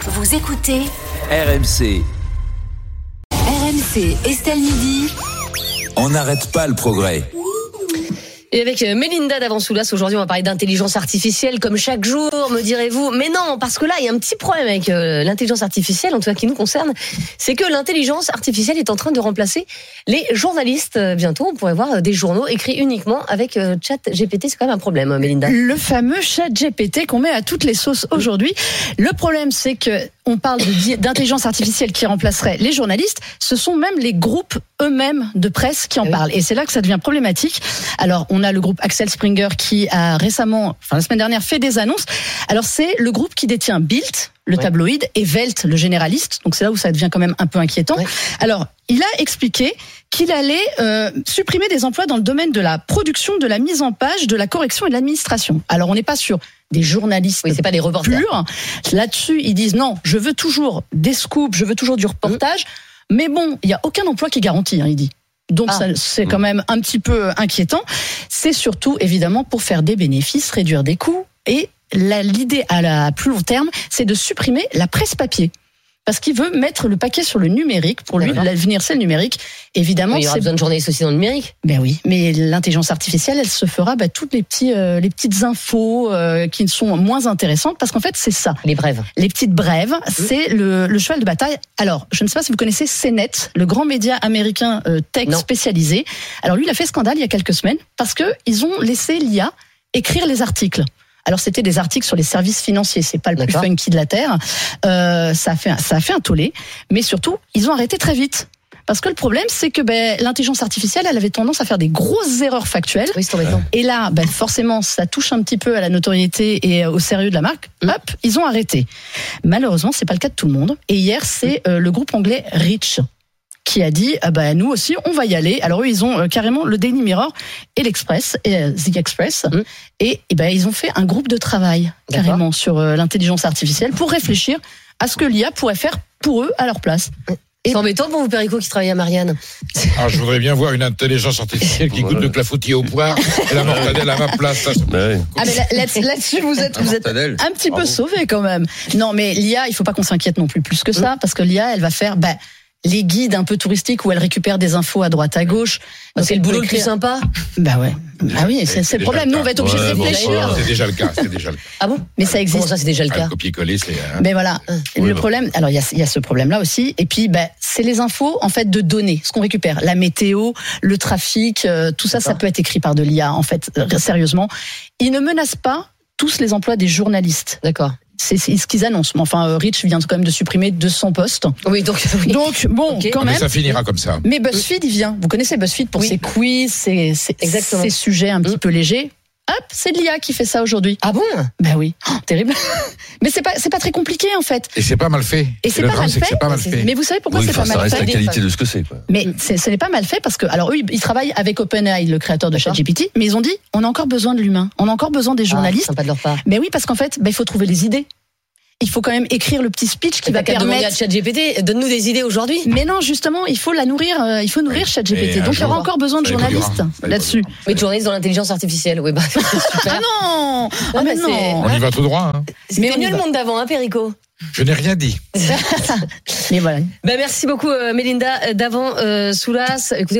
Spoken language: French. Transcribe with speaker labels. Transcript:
Speaker 1: Vous écoutez
Speaker 2: RMC.
Speaker 1: RMC Estelle Midi.
Speaker 2: On n'arrête pas le progrès.
Speaker 3: Et avec euh, Mélinda Davansoulas, aujourd'hui, on va parler d'intelligence artificielle comme chaque jour, me direz-vous. Mais non, parce que là, il y a un petit problème avec euh, l'intelligence artificielle, en tout cas qui nous concerne, c'est que l'intelligence artificielle est en train de remplacer les journalistes. Euh, Bientôt, on pourrait voir euh, des journaux écrits uniquement avec euh, chat GPT. C'est quand même un problème, euh, Mélinda.
Speaker 4: Le fameux chat GPT qu'on met à toutes les sauces aujourd'hui. Le problème, c'est que on parle de di- d'intelligence artificielle qui remplacerait les journalistes. Ce sont même les groupes eux-mêmes de presse qui en
Speaker 3: Eh oui.
Speaker 4: parlent. Et c'est là que ça devient problématique. Alors, on a le groupe Axel Springer qui a récemment, enfin la semaine dernière, fait des annonces. Alors, c'est le groupe qui détient Bild, le
Speaker 3: Ouais.
Speaker 4: tabloïd, et Welt, le généraliste. Donc, c'est là où ça devient quand même un peu inquiétant.
Speaker 3: Ouais.
Speaker 4: Alors, il a expliqué qu'il allait euh, supprimer des emplois dans le domaine de la production, de la mise en page, de la correction et de l'administration. Alors, on n'est pas sur des journalistes
Speaker 3: Oui, c'est pas des reporters.
Speaker 4: purs. Là-dessus, ils disent non, je veux toujours des scoops, je veux toujours du reportage.
Speaker 3: Euh.
Speaker 4: Mais bon, il n'y a aucun emploi qui est garanti, hein, il dit. Donc
Speaker 3: Ah.
Speaker 4: ça, c'est quand même un petit peu inquiétant. C'est surtout, évidemment, pour faire des bénéfices, réduire des coûts. Et la- l'idée à la plus long terme, c'est de supprimer la presse papier. Parce qu'il veut mettre le paquet sur le numérique. Pour lui,
Speaker 3: D'accord.
Speaker 4: l'avenir, c'est le numérique.
Speaker 3: Oui,
Speaker 4: Évidemment,
Speaker 3: il y aura
Speaker 4: c'est
Speaker 3: besoin de journalistes aussi dans le numérique.
Speaker 4: ben oui, mais l'intelligence artificielle, elle se fera bah, toutes les, petits, euh, les petites infos euh, qui sont moins intéressantes, parce qu'en fait, c'est ça.
Speaker 3: Les brèves.
Speaker 4: Les petites brèves, c'est le, le cheval de bataille. Alors, je ne sais pas si vous connaissez CNET, le grand média américain euh, tech
Speaker 3: Non.
Speaker 4: spécialisé. Alors lui, il a fait scandale il y a quelques semaines parce que ils ont laissé l'IA écrire les articles. Alors c'était des articles sur les services financiers, c'est pas le plus
Speaker 3: D'accord.
Speaker 4: funky de la terre. Euh, ça a fait un- ça a fait un tollé, mais surtout ils ont arrêté très vite. Parce que le problème, c'est que ben, l'intelligence artificielle, elle avait tendance à faire des grosses erreurs factuelles.
Speaker 3: Oui, c'est embêtant.
Speaker 4: Et là, ben forcément, ça touche un petit peu à la notoriété et euh, au sérieux de la marque. Hop, ils ont arrêté. Malheureusement, c'est pas le cas de tout le monde. Et hier, c'est euh, le groupe anglais Rich qui a dit ah ben, nous aussi on va y aller. Alors eux ils ont euh, carrément le Daily Mirror et l'Express et euh, The Express
Speaker 3: Mm.
Speaker 4: et, eh ben ils ont fait un groupe de travail
Speaker 3: D'accord.
Speaker 4: carrément sur euh, l'intelligence artificielle pour réfléchir à ce que l'IA pourrait faire pour eux à leur place.
Speaker 3: C'est embêtant pour vous, Perico, qui travaille à Marianne.
Speaker 5: Ah, je voudrais bien voir une intelligence artificielle qui goûte le clafoutis au poire et la mortadelle à ma place. Ça, c'est-
Speaker 4: Ah mais là- là- là-dessus vous êtes vous êtes
Speaker 5: Mortadelle.
Speaker 4: un petit peu
Speaker 5: Bravo.
Speaker 4: sauvé quand même. Non, mais l'IA, il faut pas qu'on s'inquiète non plus plus que
Speaker 3: Euh.
Speaker 4: ça, parce que l'IA, elle va faire bah, les guides un peu touristiques où elle récupère des infos à droite à gauche. Donc,
Speaker 3: Ah, Bah, C'est le
Speaker 4: elle peut
Speaker 3: boulot le plus
Speaker 4: écrire-
Speaker 3: sympa.
Speaker 4: Bah ouais. Ah oui, c'est c'est le
Speaker 5: déjà
Speaker 4: problème.
Speaker 5: le
Speaker 4: Nous, on va être obligés
Speaker 3: Ouais,
Speaker 4: de
Speaker 3: bon,
Speaker 4: réfléchir.
Speaker 3: ça,
Speaker 5: C'est déjà le cas. C'est déjà le cas.
Speaker 3: Ah bon
Speaker 4: Mais ça
Speaker 3: Comment
Speaker 4: existe.
Speaker 3: ça, c'est déjà le
Speaker 5: Ah, le
Speaker 3: cas
Speaker 5: copier-coller, c'est. hein.
Speaker 4: Mais voilà,
Speaker 5: Oui,
Speaker 4: le
Speaker 5: bah.
Speaker 4: problème. Alors il y a, il y a ce problème-là aussi, et puis bah, c'est les infos en fait de données, ce qu'on récupère, la météo, le trafic, euh, tout ça, ça peut être écrit par de l'IA en fait. euh, Sérieusement, ils ne menacent pas tous les emplois des journalistes.
Speaker 3: D'accord.
Speaker 4: C'est c'est ce qu'ils annoncent. Mais enfin, euh, Rich vient quand même de supprimer 200 postes.
Speaker 3: Oui, donc. oui.
Speaker 4: Donc bon,
Speaker 3: Ok.
Speaker 4: quand
Speaker 5: Mais
Speaker 4: même.
Speaker 5: ça finira comme ça.
Speaker 4: Mais BuzzFeed, il vient. Vous connaissez BuzzFeed pour
Speaker 3: Oui.
Speaker 4: ses quiz, ses, ses-
Speaker 3: Exactement.
Speaker 4: ses sujets un petit
Speaker 3: Mm.
Speaker 4: peu légers. Hop, c'est de l'IA qui fait ça aujourd'hui.
Speaker 3: Ah bon
Speaker 4: Ben oui, Oh, terrible. Mais c'est pas c'est pas très compliqué en fait.
Speaker 5: Et c'est pas mal fait.
Speaker 4: Et c'est
Speaker 5: le
Speaker 4: pas
Speaker 5: drame,
Speaker 4: mal
Speaker 5: c'est que
Speaker 4: fait.
Speaker 5: c'est pas mal fait.
Speaker 4: Mais vous savez pourquoi c'est pas mal fait
Speaker 3: qualité
Speaker 6: de ce que c'est.
Speaker 4: Mais c'est- ce n'est pas mal fait parce que, alors eux, ils- ils travaillent avec OpenAI, le créateur de ChatGPT, mais ils ont dit, on a encore besoin de l'humain, on a encore besoin des
Speaker 3: Ah,
Speaker 4: journalistes.
Speaker 3: sympa de leur part.
Speaker 4: Mais oui, parce qu'en fait, ben, il faut trouver les idées. Il faut quand même écrire le petit speech qui
Speaker 3: T'as
Speaker 4: va
Speaker 3: qu'à demander à
Speaker 4: permettre.
Speaker 3: ChatGPT, donne-nous des idées aujourd'hui.
Speaker 4: Mais non, justement, il faut la nourrir, euh, il faut nourrir
Speaker 5: Mais
Speaker 4: ChatGPT.
Speaker 5: un
Speaker 4: Donc il y aura
Speaker 5: jour,
Speaker 4: encore besoin de
Speaker 5: ça évoluera.
Speaker 4: journalistes
Speaker 5: Ça
Speaker 4: là-dessus.
Speaker 5: évoluera.
Speaker 3: Oui, journaliste dans l'intelligence artificielle. Oui, bah, c'est super.
Speaker 4: Ah non Ah mais
Speaker 3: bah, c'est-
Speaker 4: non
Speaker 5: On y va tout droit. hein.
Speaker 3: C'était
Speaker 4: Mais on y
Speaker 3: mieux le
Speaker 4: va.
Speaker 3: monde d'avant, hein, Perico
Speaker 5: Je n'ai rien dit.
Speaker 4: Mais voilà.
Speaker 3: Bah, Ben, Merci beaucoup, euh, Mélinda. D'avant, euh, Soulas. Écoutez,